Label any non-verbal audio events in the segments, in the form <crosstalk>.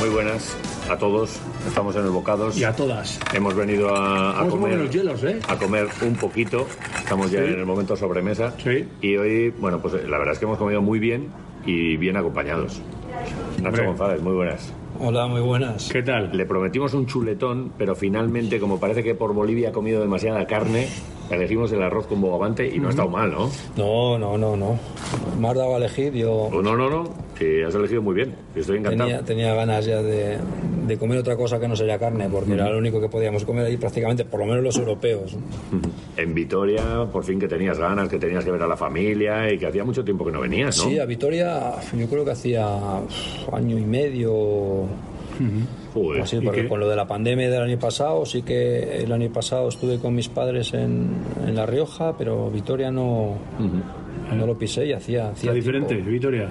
muy buenas a todos. Estamos en el Bocados. Y a todas. Hemos venido a, a Vamos a mover comer los hielos, ¿eh? a comer un poquito. Estamos ya Sí. en el momento sobremesa. Sí. Y hoy, bueno, pues la verdad es que hemos comido muy bien y bien acompañados. Nacho Hombre. González, muy buenas. Hola, muy buenas. ¿Qué tal? Le prometimos un chuletón, pero finalmente, como parece que por Bolivia ha comido demasiada carne, elegimos el arroz con bogavante y no ha estado mal, ¿no? No, no, no, no. Me has dado a elegir, yo Oh, no, no, no. Sí, has elegido muy bien. Estoy encantado. tenía, tenía ganas ya de, de comer otra cosa que no sería carne, porque era lo único que podíamos comer ahí prácticamente, por lo menos los europeos. En Vitoria, por fin que tenías ganas, que tenías que ver a la familia y que hacía mucho tiempo que no venías, ¿no? Sí, a Vitoria yo creo que hacía uf, año y medio. Joder. Así, ¿y porque qué? con lo de la pandemia del año pasado, sí que el año pasado estuve con mis padres en, en La Rioja, pero Vitoria no, no lo pisé y hacía. hacía Está diferente, tiempo. Vitoria.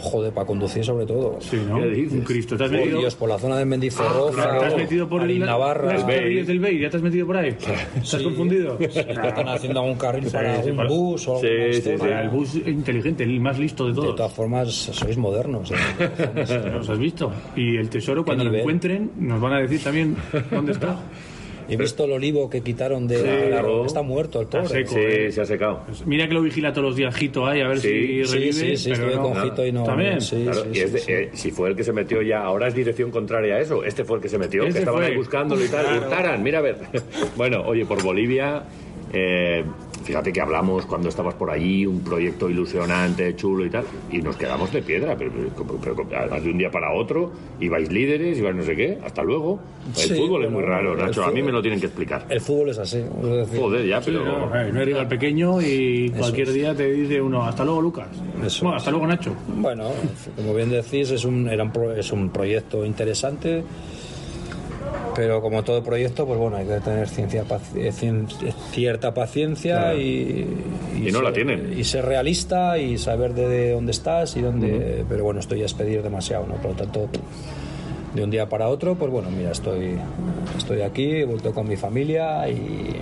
Joder, para conducir sobre todo. Sí, ¿no? ¿Qué dices? Un Cristo. ¿Te has Por metido? Ah, Dios, por la zona de Mendicerroza, ¿Te has metido por Pues el, Navarra, las el Bay. carriles del Bay? ¿Ya te has metido por ahí? ¿Estás <laughs> Sí. confundido? están haciendo algún carril para sí, un para- bus o Sí, alguna sí, historia. Para el bus inteligente, el más listo de De todas todos. formas, sois modernos. ¿eh? ¿Nos has visto? Y el tesoro, cuando lo nivel? encuentren, nos van a decir también dónde <laughs> está. He visto el olivo que quitaron de Sí, la claro. Está muerto el Está pobre. seco. <laughs> Sí, se ha secado. Mira que lo vigila todos los días Jito ahí, a ver Sí. si Sí, revive. sí, sí, pero estuve no. con Jito y no. ¿También? Sí, Claro, sí, y sí, es de- sí. eh, si fue el que se metió ya, ahora es dirección contraria a eso. Este fue el que se metió, Este que estaban fue. ahí buscándolo y tal. Hurtaran, mira a ver. <laughs> Bueno, oye, por Bolivia, eh, fíjate que hablamos cuando estabas por allí, un proyecto ilusionante, chulo y tal, y nos quedamos de piedra, pero, pero- pero- pero además de un día para otro, ibais líderes, ibais no sé qué, hasta luego. El Sí, fútbol es bueno, muy raro, el Nacho, a mí fútbol- me lo tienen que explicar. El fútbol es así. os voy a decir. Joder, ya, Sí, pero... no, eh, no hay rival pequeño y cualquier es. día te dice uno, hasta luego Lucas. Eso bueno, es. hasta luego Nacho. Bueno, como bien decís, es un, era un pro- es un proyecto interesante, pero como todo proyecto, pues bueno, hay que tener ciencia, paci- eh, cien- cierta paciencia y, Y no la ser- tienen. Y ser realista y saber de, de dónde estás y dónde. Pero bueno, esto ya es pedir demasiado, ¿no? Por lo tanto, de un día para otro, pues bueno, mira, estoy, estoy aquí, he vuelto con mi familia y,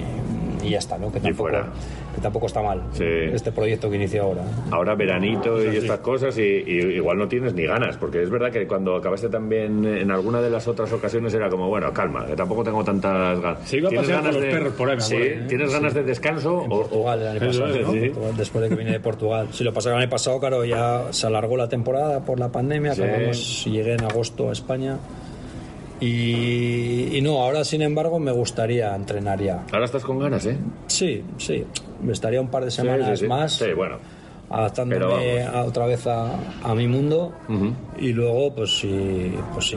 y ya está, ¿no? Que tampoco, fuera. que tampoco está mal Sí. este proyecto que inicio ahora. ahora veranito y estas cosas y, y igual no tienes ni ganas, porque es verdad que cuando acabaste también en alguna de las otras ocasiones era como, bueno, calma, que tampoco tengo tantas ganas. Se iba a ¿Tienes pasear con ganas los perros por ahí, me Sí, acuerdo, ¿eh? ¿Tienes ganas de descanso? o- o- Portugal el año Eso pasado, es, ¿no? sí. Portugal, después de que vine de Portugal. Si lo pasaron el año pasado, claro, ya se alargó la temporada por la pandemia, Sí. acabamos- llegué en agosto a España. Y, y no, ahora sin embargo me gustaría entrenar ya. Ahora estás con ganas, ¿eh? Sí, sí, me estaría un par de Sí, semanas sí, sí. más Sí, bueno. adaptándome Pero a- otra vez a, a mi mundo y luego pues sí, pues sí.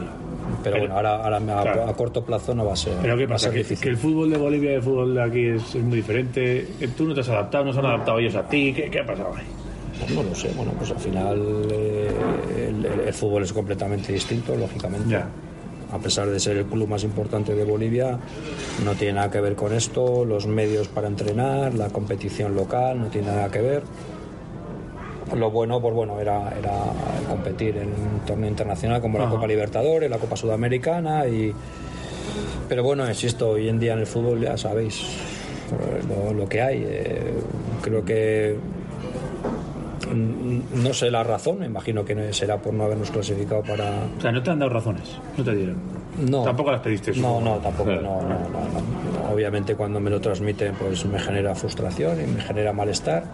Pero, bueno, ahora, ahora me- a- claro. a, corto plazo no va a ser, Pero ¿qué va a pasa? ser Que, difícil. que el fútbol de Bolivia y el fútbol de aquí es, es muy diferente. Eh, Tú no te has adaptado, no se han adaptado ellos a ti. ¿Qué, qué ha pasado ahí? No lo sé, bueno, pues al final eh, el, el- el fútbol es completamente distinto, lógicamente. Ya. A pesar de ser el club más importante de Bolivia, no tiene nada que ver con esto, los medios para entrenar, la competición local, no tiene nada que ver. Lo bueno, pues bueno, era, era competir en un torneo internacional como la Ajá. Copa Libertadores, la Copa Sudamericana y... Pero bueno, insisto, hoy en día en el fútbol ya sabéis eh, lo, lo que hay. eh, creo que Mm, No sé la razón, me imagino que no será por no habernos clasificado para. O sea, no te han dado razones. No te dieron. No. Tampoco las pediste. No, supongo. no, tampoco. Claro. No, no, no, no. Obviamente cuando me lo transmiten, pues me genera frustración y me genera malestar.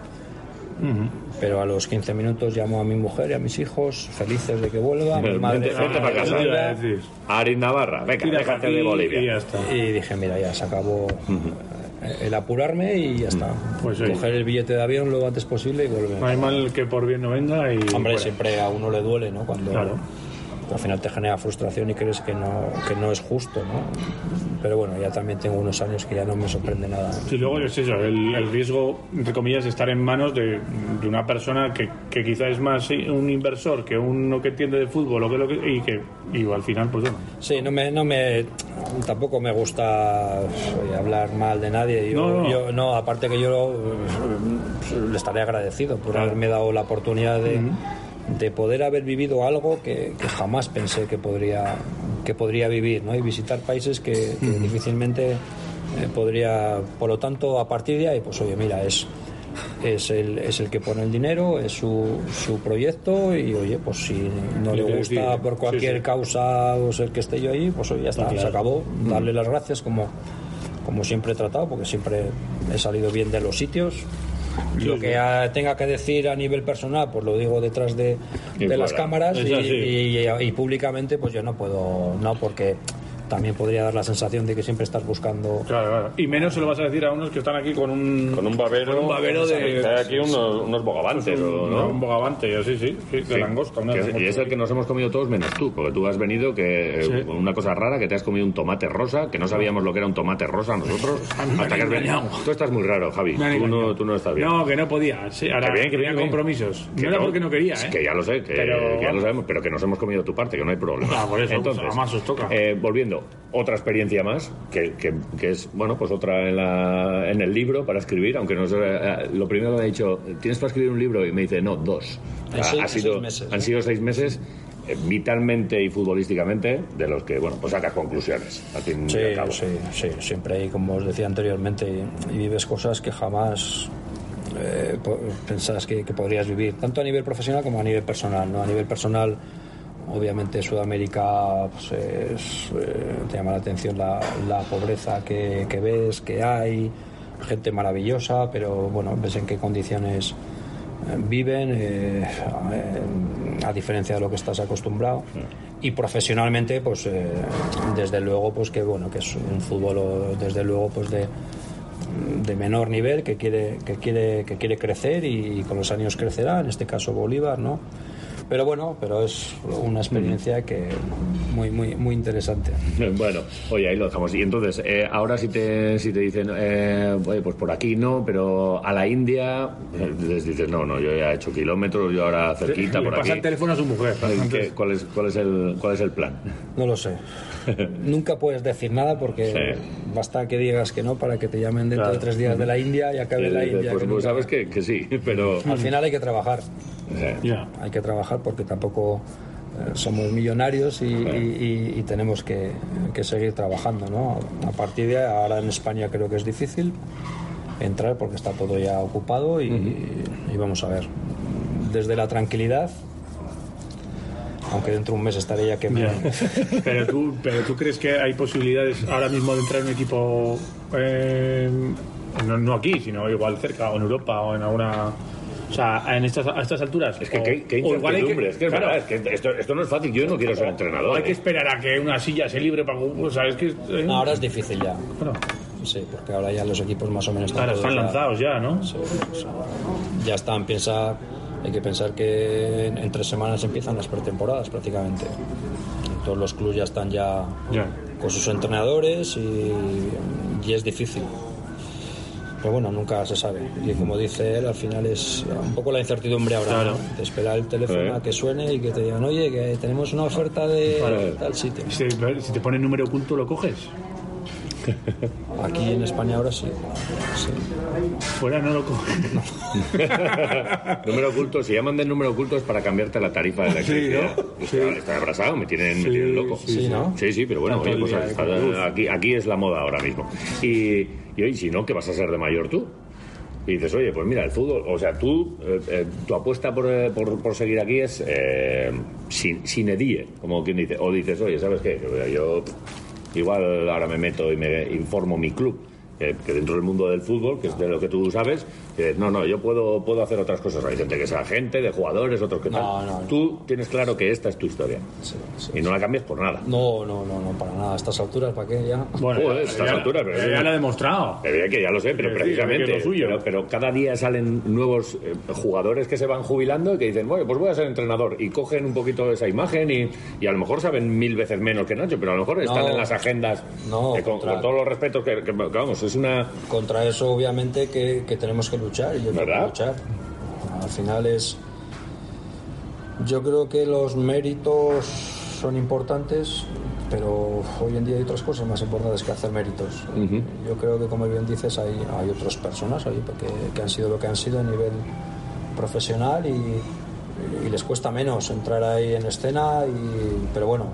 Pero a los 15 minutos llamo a mi mujer y a mis hijos, felices de que vuelva. Mi Vente- madre vente para feliz casa. de que Te iba a vuelva. decir. Arin Navarra, venga, Tira déjate aquí de Y ya Bolivia. está. Y dije, mira, ya se acabó eh, el apurarme y ya está. Pues sí. Coger el billete de avión lo antes posible y volver. No hay mal que por bien no venga y... Hombre, fuera. siempre a uno le duele, ¿no? Cuando Claro. al final te genera frustración y crees que no, que no es justo, ¿no? Pero bueno, ya también tengo unos años que ya no me sorprende nada. Y luego es eso, el, el riesgo, entre comillas, de estar en manos de, de una persona que, que quizá es más sí, un inversor que uno que entiende de fútbol o que lo que, y que y al final, pues bueno. Sí, no me, no me, tampoco me gusta oye, hablar mal de nadie. Yo No, no, no. Yo, no aparte que yo eh, le estaré agradecido por haberme dado la oportunidad de, de poder haber vivido algo que, que jamás pensé que podría, que podría vivir, ¿no? Y visitar países que, que difícilmente eh, podría, por lo tanto, a partir de ahí, pues oye, mira, es es el, es el que pone el dinero, es su, su proyecto y oye, pues si no Le le quiere gusta decir, por sí, cualquier sí. causa o sea, el que esté yo ahí, pues oye, ya está, Claro. Mm. se acabó. Darle las gracias como, como siempre he tratado, porque siempre he salido bien de los sitios. Lo sí. que ah, tenga que decir a nivel personal, pues lo digo detrás de, Y de las fuera. cámaras Es y, así. y- y públicamente, pues yo no puedo, no, porque también podría dar la sensación de que siempre estás buscando. Claro, claro. Y menos se lo vas a decir a unos que están aquí con un. Con un babero. Con un babero de- Hay aquí unos, unos bogavantes, o- ¿no? ¿no? Un bogavante, sí, sí, sí, de Sí. langosta. una Que es- y langosta. es el que nos hemos comido todos menos tú, porque tú has venido que eh, Sí. con una cosa rara, que te has comido un tomate rosa, que no sabíamos lo que era un tomate rosa nosotros. Ah, hasta me han que has venido. engañado. Tú estás muy raro, Javi. Me han Tú no, engañado. tú no estás bien. No, que no podía. Sí, ahora Que bien, que bien, tenía que bien. compromisos. Que no era porque no quería, ¿eh? Que ya lo sé, que, Pero- que ya lo sabemos, pero que nos hemos comido tu parte, que no hay problema. Ah, por eso, pues, Entonces, además os toca. eh, volviendo, otra experiencia más, que, que- que es, bueno, pues otra en, la- en el libro para escribir, aunque no sé, eh, lo primero que me ha dicho, ¿tienes para escribir un libro? Y me dice, no, dos. En Ha- seis- ha en seis sido- meses, han ¿no? sido seis meses eh, vitalmente y futbolísticamente de los que, bueno, pues sacas conclusiones. Al fin y Sí, al cabo. sí, sí, siempre hay, como os decía anteriormente, y- y vives cosas que jamás eh, po- pensás que, que podrías vivir, tanto a nivel profesional como a nivel personal. ¿no? A nivel personal, obviamente Sudamérica pues, es, eh, te llama la atención la, la pobreza que, que ves, que hay, gente maravillosa, pero bueno, ves en qué condiciones eh, viven, eh, a, eh, a diferencia de lo que estás acostumbrado. Y profesionalmente, pues eh, desde luego, pues que bueno, que es un fútbol o, desde luego pues de, de menor nivel que quiere, que quiere, que quiere crecer y, con los años crecerá, en este caso Bolívar, ¿no? Pero bueno, pero es una experiencia que muy, muy, muy interesante. <laughs> Bueno, oye, ahí lo dejamos. Y entonces, eh, ahora si te, si te dicen, eh, oye, pues por aquí no, pero a la India, eh, les dices, no, no, yo ya he hecho kilómetros, yo ahora cerquita, Le por pasa aquí. Eh, el teléfono a su mujer. ¿Qué- cuál, es, cuál, es el, ¿Cuál es el plan? No <laughs> lo sé. Nunca puedes decir nada porque Sí. basta que digas que no para que te llamen dentro Claro. de tres días de la India y acabe la Eh, India. pues pues que nunca- sabes que, que sí, <laughs> pero... Al final hay que trabajar. eh, Ya. hay que trabajar porque tampoco eh, somos millonarios y, y- y- y tenemos que, que seguir trabajando. ¿no? A partir de ahora en España creo que es difícil entrar porque está todo ya ocupado y, y vamos a ver. Desde la tranquilidad, aunque dentro de un mes estaré ya que me... <laughs> pero, tú, pero tú crees que hay posibilidades ahora mismo de entrar en un equipo. eh, no, no aquí, sino igual cerca, o en Europa, o en alguna. O sea, en estas, a estas alturas. Es que o- qué, qué o igual hay incertidumbre, es que es claro, verdad, es que esto, esto no es fácil, yo no quiero ser entrenador. hay que ¿eh? esperar a que una silla se libre para. O sea, es que. eh, <laughs> No, ahora es difícil ya. bueno, Sí, porque ahora ya los equipos más o menos claro, todos están ya- lanzados ya, ¿no? ya están, piensa, hay que pensar que en, en tres semanas empiezan las pretemporadas prácticamente. Todos los clubes ya están ya Ya. con sus entrenadores y, y es difícil. Pero bueno, nunca se sabe. Y como dice él, al final es un poco la incertidumbre ahora. Claro. Eh. ¿no? De esperar el teléfono Sí. a que suene y que te digan, oye, que tenemos una oferta de Claro. tal sitio. Si, si te ponen número oculto, lo coges. Aquí en España ahora sí. sí. Fuera no lo coges. <laughs> Número oculto, si llaman del número oculto es para cambiarte la tarifa de <laughs> electricidad. Está, está abrasado, me tienen, me Sí, tienen loco. sí, sí. ¿no? Sí, sí, pero bueno, Tanto oye, el pues, día, está- eh, con luz. aquí, aquí es la moda ahora mismo. Y, y oye, si no, ¿qué vas a ser de mayor tú? Y dices, oye, pues mira, el fútbol, o sea, tú, eh, eh, tu apuesta por, eh, por, por seguir aquí es eh, sin, sin edie, como quien dice. O dices, oye, ¿sabes qué? Que Yo pff, igual ahora me meto y me informo mi club, que, que dentro del mundo del fútbol, que es de lo que tú sabes, que no, no, yo puedo, puedo hacer otras cosas. Hay gente que es agente, de jugadores, otros que tal. No, no, no. Tú tienes claro que esta es tu historia. sí, sí. Y no la cambies por nada. No, no, no, no, para nada. A estas alturas, ¿para qué ya? Bueno, Joder, estas alturas, pero ya, sí. ya lo ha demostrado. Eh, bien que ya lo sé, pero Sí, precisamente. sí, que es lo suyo. Pero, pero cada día salen nuevos eh, jugadores que se van jubilando y que dicen, bueno, pues voy a ser entrenador. Y cogen un poquito esa imagen y, y a lo mejor saben mil veces menos que Nacho, pero a lo mejor están No. en las agendas. No, eh, con, contra- con todos los respetos que, que- que, vamos, es una. contra eso obviamente que, que tenemos que luchar y yo creo que ¿Verdad? luchar al final es yo creo que los méritos son importantes pero hoy en día hay otras cosas más importantes que hacer méritos yo creo que como bien dices hay, hay otras personas hay- que, que han sido lo que han sido a nivel profesional y, y les cuesta menos entrar ahí en escena y, pero bueno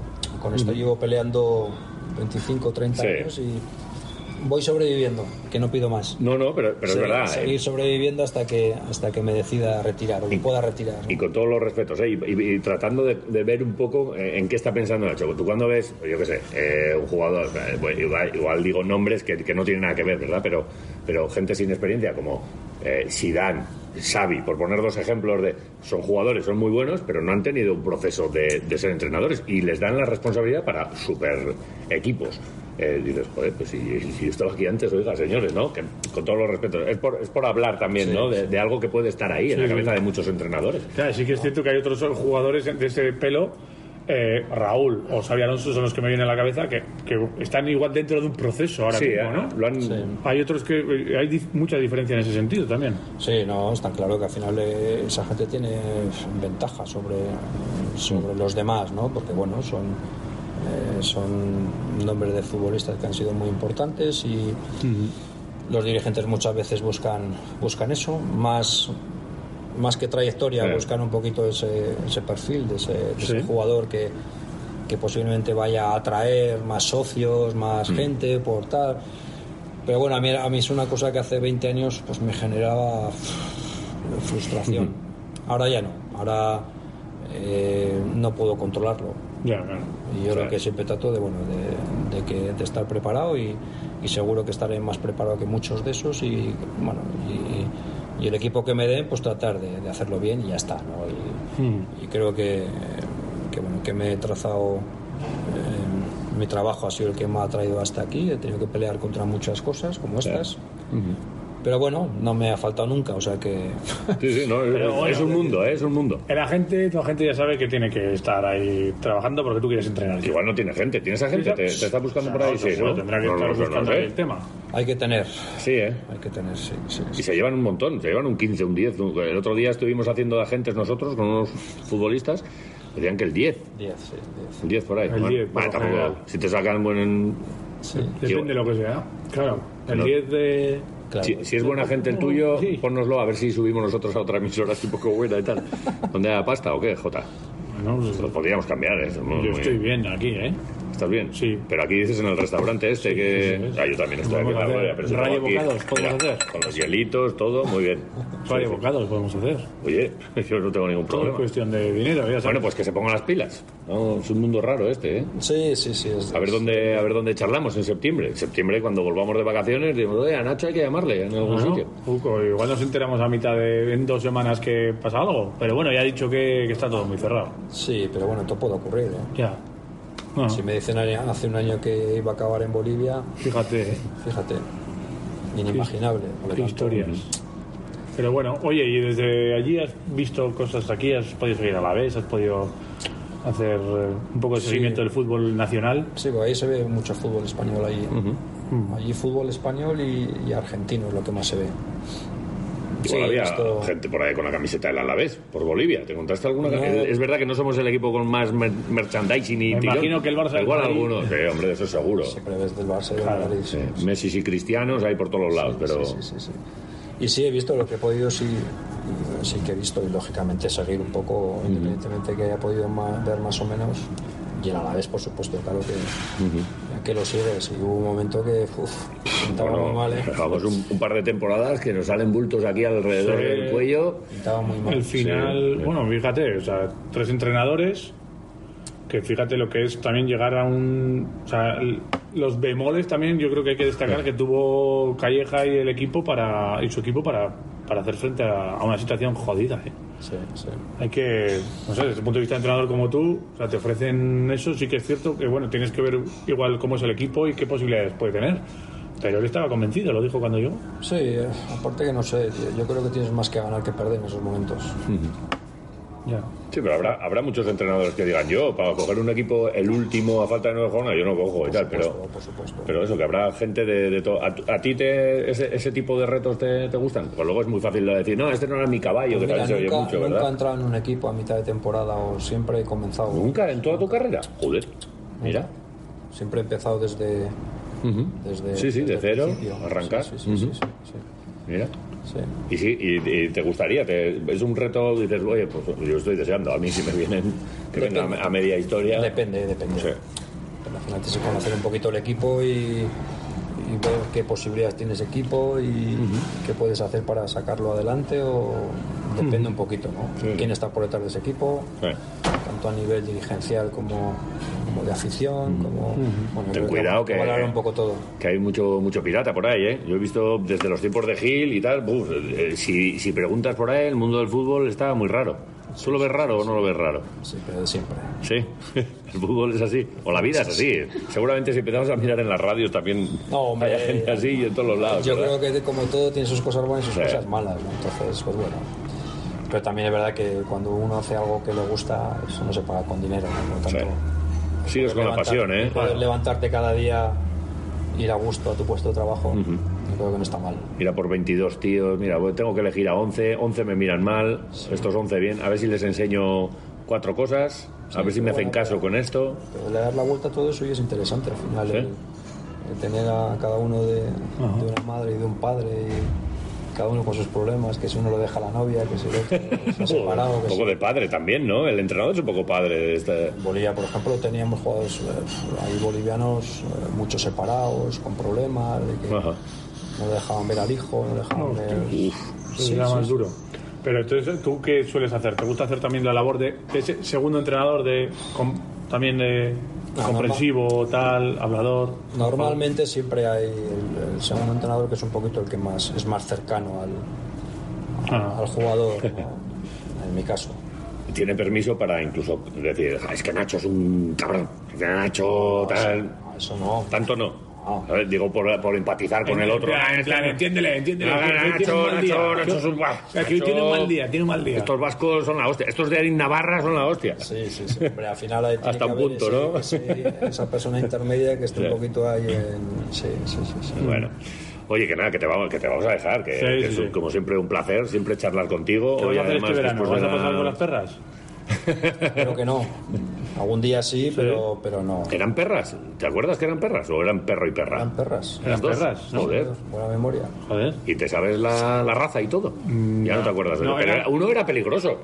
con esto llevo peleando 25 30 Sí. años y voy sobreviviendo, que no pido más. No, no, pero, pero es Seguir- verdad. eh. Seguir sobreviviendo hasta que, hasta que me decida retirar o que pueda retirar. ¿no? Y con todos los respetos, ¿eh? y, y- y tratando de, de ver un poco eh, en qué está pensando Nacho. Tú cuando ves, yo qué sé, eh, un jugador, eh, bueno, igual, igual digo nombres que, que no tienen nada que ver, ¿verdad? Pero, pero gente sin experiencia como eh, Zidane, Xavi, por poner dos ejemplos de... Son jugadores, son muy buenos, pero no han tenido un proceso de, de ser entrenadores y les dan la responsabilidad para super equipos. Eh, dices, joder, pues si, si yo estaba aquí antes, oiga, señores, ¿no? Que, con todos los respetos. Es por, es por hablar también, ¿no? De, de algo que puede estar ahí, en la Sí, cabeza sí. de muchos entrenadores. Claro, sí que es cierto que hay otros jugadores de ese pelo, eh, Raúl o Xabi Alonso son los que me vienen a la cabeza, que, que están igual dentro de un proceso ahora Sí, mismo, eh, ¿no? lo han- Hay otros que eh, hay dif- mucha diferencia en ese sentido también. Sí, no, está claro que al final eh, esa gente tiene ventaja sobre, sobre los demás, ¿no? Porque, bueno, son, eh, son nombres de futbolistas que han sido muy importantes y los dirigentes muchas veces buscan, buscan eso, más, más que trayectoria, Claro. buscan un poquito ese, ese perfil de ese, de ese Sí. pues, jugador que, que posiblemente vaya a atraer más socios, más gente, por tal. Pero bueno, a mí, a mí es una cosa que hace 20 años pues me generaba pff, frustración. Ahora ya no, ahora eh, no puedo controlarlo. Ya, claro. Y yo lo que siempre trato de, bueno, de, de que, de estar preparado y, y seguro que estaré más preparado que muchos de esos y bueno, y, y el equipo que me den pues tratar de, de hacerlo bien y ya está. ¿no? Y, y creo que, que, bueno, que me he trazado, eh, mi trabajo ha sido el que me ha traído hasta aquí, he tenido que pelear contra muchas cosas como estas. Pero bueno, no me ha faltado nunca, o sea que <laughs> Sí, sí, no, es- Pero es, bueno, un mundo, ¿eh? es un mundo. El agente, tu agente ya sabe que tiene que estar ahí trabajando porque tú quieres entrenar. Igual no tiene gente, tienes a gente, te, te está buscando O sea, por ahí, no, sí, seguro, ¿no? Tendrá que No, no, estar no, no, buscando ¿eh? el tema. hay que tener, Sí, ¿eh? hay que tener, sí, sí, sí. Y se llevan un montón, se llevan un 15, un 10. un- El otro día estuvimos haciendo de agentes nosotros con unos futbolistas, decían que el 10, Diez, sí, diez. un 10 por ahí. El 10, por vale, lo tampoco- general. si te sacan buen... Sí, Depende de lo que sea. Claro, el No. 10 de... claro. Si, si es buena gente el tuyo, ponnoslo a ver si subimos nosotros a otra emisora así un poco buena y tal. ¿Dónde da pasta o qué, Jota? Bueno, pues, Lo podríamos cambiar, ¿eh? Somos yo muy- estoy bien aquí, ¿eh? ¿Estás bien? Sí. Pero aquí dices en el restaurante este sí, que. sí, sí. Ah, yo también estoy aquí Vamos en a la hacer gloria, pero si radio tengo aquí- bocados, podemos hacer. Con los hielitos, todo, muy bien. Vale, bocados podemos hacer. Oye, <laughs> yo no tengo ningún Todo es problema. cuestión de dinero, ya sabes. Bueno, pues que se pongan las pilas. No, es un mundo raro este, ¿eh? Sí, sí, sí. es- A Pues, ver dónde, a ver dónde charlamos en septiembre. En septiembre, cuando volvamos de vacaciones, decimos, oye, a Nacho hay que llamarle en algún Ah, ¿no? sitio. Uco, igual nos enteramos a mitad de en dos semanas que pasa algo. Pero bueno, ya he dicho que, que está todo muy cerrado. Sí, pero bueno, todo puede ocurrir. ¿eh? Ya. Ah, Si me dicen a- hace un año que iba a acabar en Bolivia, Fíjate, ¿eh? fíjate, inimaginable. por lo qué tanto, historias. Pero bueno, oye, y desde allí has visto cosas aquí, has podido seguir a la vez, has podido hacer eh, un poco de seguimiento del fútbol nacional. Sí, pues ahí se ve mucho fútbol español allí. Allí fútbol español y, y argentino es lo que más se ve. Igual Sí, había esto- gente por ahí con la camiseta del Alavés, por Bolivia. ¿Te encontraste alguna? No. Es, es verdad que no somos el equipo con más mer- merchandising y Me tirón. imagino que el Barça del Igual Madrid- algunos. Sí, hombre, de eso seguro. Siempre ves del Barça y del Claro, Madrid, sí, Eh, sí, Messi y cristianos hay por todos los lados, sí, pero. sí, sí, sí. Y sí, he visto lo que he podido, sí, sí que he visto, y lógicamente seguir un poco, independientemente que haya podido ma- ver más o menos, y a la vez, por supuesto, claro que, que lo sigues. Y hubo un momento que, uff, pintaba Bueno, muy mal, <laughs> ¿eh? Llevamos un, un par de temporadas que nos salen bultos aquí alrededor Sí. del cuello. Pintaba muy mal. Al final, bueno, fíjate, o sea, tres entrenadores, que fíjate lo que es también llegar a un... O sea, l- los bemoles también yo creo que hay que destacar que tuvo Calleja y el equipo para y su equipo para, para hacer frente a, a una situación jodida. ¿eh? Sí, sí. Hay que, no sé, desde el punto de vista de entrenador como tú, o sea, te ofrecen eso, sí que es cierto que, bueno, tienes que ver igual cómo es el equipo y qué posibilidades puede tener. Pero él estaba convencido, lo dijo cuando yo. Sí, eh, aparte que no sé, yo- yo creo que tienes más que ganar que perder en esos momentos. Ya. Sí, pero habrá, habrá muchos entrenadores que digan yo, para coger un equipo el último a falta de nueve jornadas, yo no cojo y tal, supuesto, pero, por supuesto. pero eso, que habrá gente de, de todo. ¿A, tu- a ti te, ese, ese tipo de retos te, te gustan? Porque luego es muy fácil de decir, no, este no era mi caballo, que Mira, tal, se oye nunca, mucho, nunca he ¿verdad? entrado en un equipo a mitad de temporada o siempre he comenzado. ¿Nunca en toda tu carrera? Joder, mira. Siempre he empezado desde. desde Sí, sí, desde de el cero, principio. arrancar. Sí, sí, sí, sí, sí, Mira. sí, sí. Y sí, y, y te gustaría, te- es un reto, dices, oye, pues yo estoy deseando, a mí si me vienen, que vengan a, a media historia. Depende, depende. Sí. Pero al final tienes que conocer un poquito el equipo y, y ver qué posibilidades tiene ese equipo y qué puedes hacer para sacarlo adelante o depende un poquito, ¿no? Sí. Quién está por detrás de ese equipo, Claro. tanto a nivel dirigencial como, como de afición, como bueno, Ten creo cuidado hay que- valorar un poco todo. Que hay mucho, mucho pirata por ahí, ¿eh? Yo he visto desde los tiempos de Gil y tal. buf, eh, si, si preguntas por ahí, el mundo del fútbol está muy raro. ¿Tú lo ves raro o no lo ves raro? Siempre de siempre. Sí, <laughs> el fútbol es así. O la vida es así. Seguramente si empezamos a mirar en las radios también No, hombre. hay gente así y en todos los lados. Yo Ah, ¿verdad? creo que de- como todo tiene sus cosas buenas y sus Sí. cosas malas, ¿no? entonces pues bueno. Pero también es verdad que cuando uno hace algo que le gusta, eso no se paga con dinero, ¿no? por lo tanto. Sigues con la levantar- pasión, ¿eh? poder levantarte cada día, ir a gusto a tu puesto de trabajo, yo creo que no está mal. Mira por 22 tíos, mira, voy- tengo que elegir a 11, 11 me miran mal, estos 11 bien, a ver si les enseño cuatro cosas, a Sí, ver si pero me hacen bueno, caso pero- con esto. Pero le dar la vuelta a todo eso y es interesante al final. Sí. El, el tener a cada uno de, de una madre y de un padre y cada uno con sus problemas, que si uno lo deja a la novia, que si el otro <laughs> se ha separado, un que si... poco de padre también, ¿no? El entrenador es un poco padre. de esta- En Bolivia, por ejemplo, teníamos jugadores, eh, ahí bolivianos, eh, muchos separados, con problemas, de que Ajá. no le dejaban ver al hijo, no le dejaban ver... Eso será más duro. Pero entonces, ¿tú qué sueles hacer? ¿Te gusta hacer también la labor de, de ese segundo entrenador, de com- también de Ah, comprensivo, tal, hablador? Normalmente siempre hay el, el segundo entrenador que es un poquito el que más es más cercano al, Ah. al jugador, <laughs> ¿no? en mi caso. Tiene permiso para incluso decir, "Ah, es que Nacho es un cabrón, es que Nacho tal... No, Ah, Eso no. Tanto No. no. A ver, digo por, por empatizar con el Ah. En otro. plan- en plan, entiéndele, entiéndele. Ah, que hoy tiene un Nacho, mal día. Nacho, Nacho es un guau. O sea, que hoy tiene un mal día, tiene un mal día. Estos vascos son la hostia. Estos de Arin Navarra son la hostia. Sí, sí, sí. Hombre, al final hay, tiene Hasta que un haber punto, ese- ¿no? ese- esa persona intermedia que esté Sí. un poquito ahí en... Sí, sí, sí. sí. Bueno. Oye, que nada, que te vamos, que te vamos a dejar, que, Sí, que sí, es sí. como siempre un placer, siempre charlar contigo. ¿Qué vas Oye, a hacer este además, verano? después ¿Vas de a pasar la- con las perras? Creo que no. Algún día sí, Pero, pero no. ¿Eran perras? ¿Te acuerdas que eran perras? ¿O eran perro y perra? Eran perras. Eran dos? perras, ¿no? Joder. Buena memoria. Joder. ¿Y te sabes la, la raza y todo? ya no te acuerdas. de Mm, lo No, que era- era- Uno era peligroso.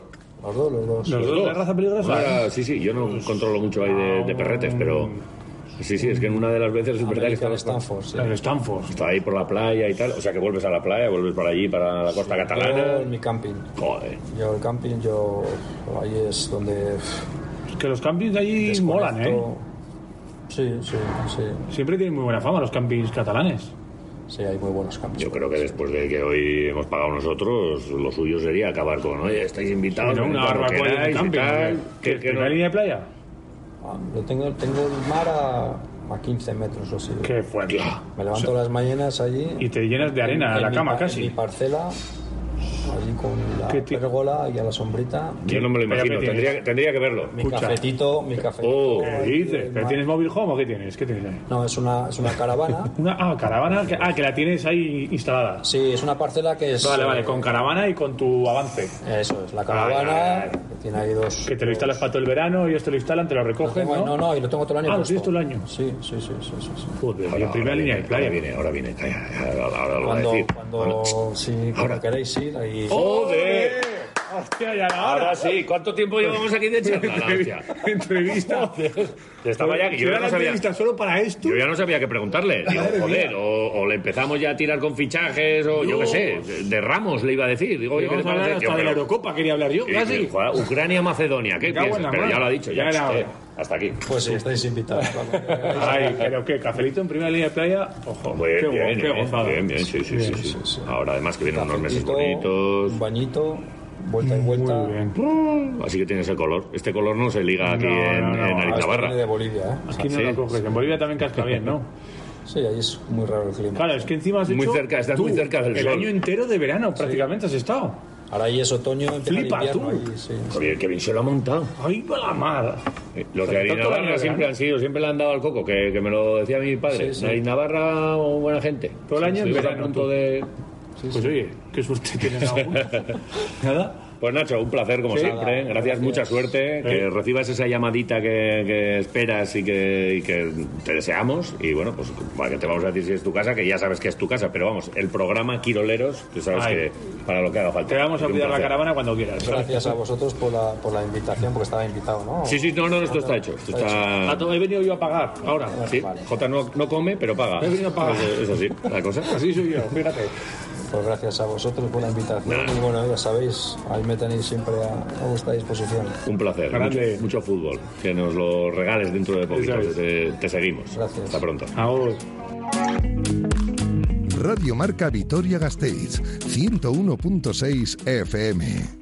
Los dos, los Los dos. Los dos de dos. raza peligrosa. Pues Uno era- sí, sí, yo no controlo mucho ahí de, de perretes, pero... Sí, sí, es que en una de las veces es verdad que American estaba, Stanford, sí. El Stanford. estaba ahí por la playa y tal. O sea que vuelves a la playa, vuelves para allí, para la costa Yo en catalana. mi camping. Joder. Yo el camping, yo ahí es donde Es Que los campings de allí molan, ¿eh? desconecto. Sí, sí, sí. Siempre tienen muy buena fama los campings catalanes. Sí, hay muy buenos campings. Yo creo que después de que hoy hemos pagado nosotros, lo suyo sería acabar con, oye, estáis invitados, Pero una venid cuando barbacoa en un queráis y camping. tal". ¿no? Que- ¿Qué- que no- ¿Primera línea de playa? Ah, Yo tengo, tengo el mar a, a 15 metros o así. Qué fuerte. Me levanto las mañanas allí. Y te llenas de arena en la mi cama par- casi. En mi parcela, allí con la Qué ti- pergola y a la sombrita. Yo no me lo Pero ¿qué imagino, tienes? tendría, tendría que verlo. Mi Escucha. cafetito, mi cafetito. Oh, ¿Qué ahí, dices? el ¿Pero mar. ¿Tienes móvil home o qué tienes? ¿Qué tienes ahí? No, es una, es una <laughs> caravana. Una ah, caravana. que- ah, que la tienes ahí instalada. Sí, es una parcela que es. Vale, vale, eh, con caravana y con tu avance. Eso es, la caravana, Ah, Vale, vale, que tiene ahí dos. Que te lo dos- instalas para todo el verano, ellos te lo instalan, te lo recogen, Tengo- ¿no? no, y lo tengo todo el año. Ah, lo puesto. tienes todo el año. Sí, sí, sí, sí. sí, sí. Joder, y Ahora- en primera ahora línea viene, de playa. Ahora viene, ahora viene, calla, calla, ahora, ahora lo va a Cuando, decir. Oh. cuando, sí, cuando queréis ir, ahí. ¡Joder! ¡Hostia, ya la hora! Ahora Ah, sí, ¿cuánto tiempo llevamos aquí de charla? la hostia? <laughs> entrevista. Estaba ya, que yo Será ya la no sabía. entrevista solo para esto. Yo ya no sabía qué preguntarle. Digo, joder, o, o le empezamos ya a tirar con fichajes, o yo qué sé, de- de Ramos le iba a decir. Digo, oye, ¿qué te Vamos a hablar parece? Yo, hasta de la pero- Eurocopa, quería hablar yo, Y- casi. y- joder, Ucrania-Macedonia, ¿qué Me cago en piensas? la Pero mano. ya lo ha dicho, Ya ya. era eh, hora. hasta aquí. Pues sí, estáis invitados. cuando queráis. Ay, pero qué, cafelito en primera línea de playa. Ojo, Muy qué, bien, guapo, bien, qué bien, gozada. bien, bien, sí, sí, sí, sí. sí, sí. Ahora además que vienen unos <laughs> meses Cafetito, bonitos, Un bañito, vuelta y vuelta. Ah, Muy bien. así que tiene ese color. Este color no se liga aquí No, en, no, no. en Ah, Ah, esto Arizabarra. viene de Bolivia, ¿eh? Aquí no Sí. lo coges. En Bolivia también casca bien, ¿no? Sí, ahí es muy raro el clima. Claro, es que encima has hecho... Muy cerca, estás tú, muy cerca del El sol. año entero de verano prácticamente has estado. Ahora ahí es otoño, empieza el Flipa, invierno. tú. ahí, sí. Joder, qué bien se lo ha montado. ¡Ay, va la mar! Eh, Los de Pero Harina tanto daño Navarra le siempre dan. han sido, siempre le han dado al coco, que, que me lo decía mi padre. Sí, sí. Harina Navarra, o buena gente. Todo el año en Estuvimos a verano, punto tú. de... <laughs> Pues oye, qué suerte tienes aún. Nada. Pues Nacho, un placer como Sí. siempre. Gracias, Gracias. mucha suerte. Que recibas esa llamadita que, que esperas y que, y que te deseamos. Y bueno, pues para que te vamos a decir si es tu casa, que ya sabes que es tu casa. Pero vamos, el programa Quiroleros, tú sabes Ay. que para lo que haga falta. Te vamos a Un cuidar la placer. caravana cuando quieras. Gracias a vosotros por la, por la invitación, porque estaba invitado, ¿no? Sí, sí, no, no, esto está hecho. Esto Está está... Ah, to- he venido yo a pagar ahora. Sí, J no, no come, pero paga. He venido a pagar. Es, es así, la cosa. Así soy yo, fíjate. Pues gracias a vosotros por la invitación. Nada. Y bueno, ya sabéis, ahí me tenéis siempre a, a vuestra disposición. Un placer. Grande. Mucho, mucho fútbol. Que nos lo regales dentro de poquito. Eso es. Te, te seguimos. Gracias. Hasta pronto. Ahora. Radio Marca Vitoria Gasteiz, 101.6 FM.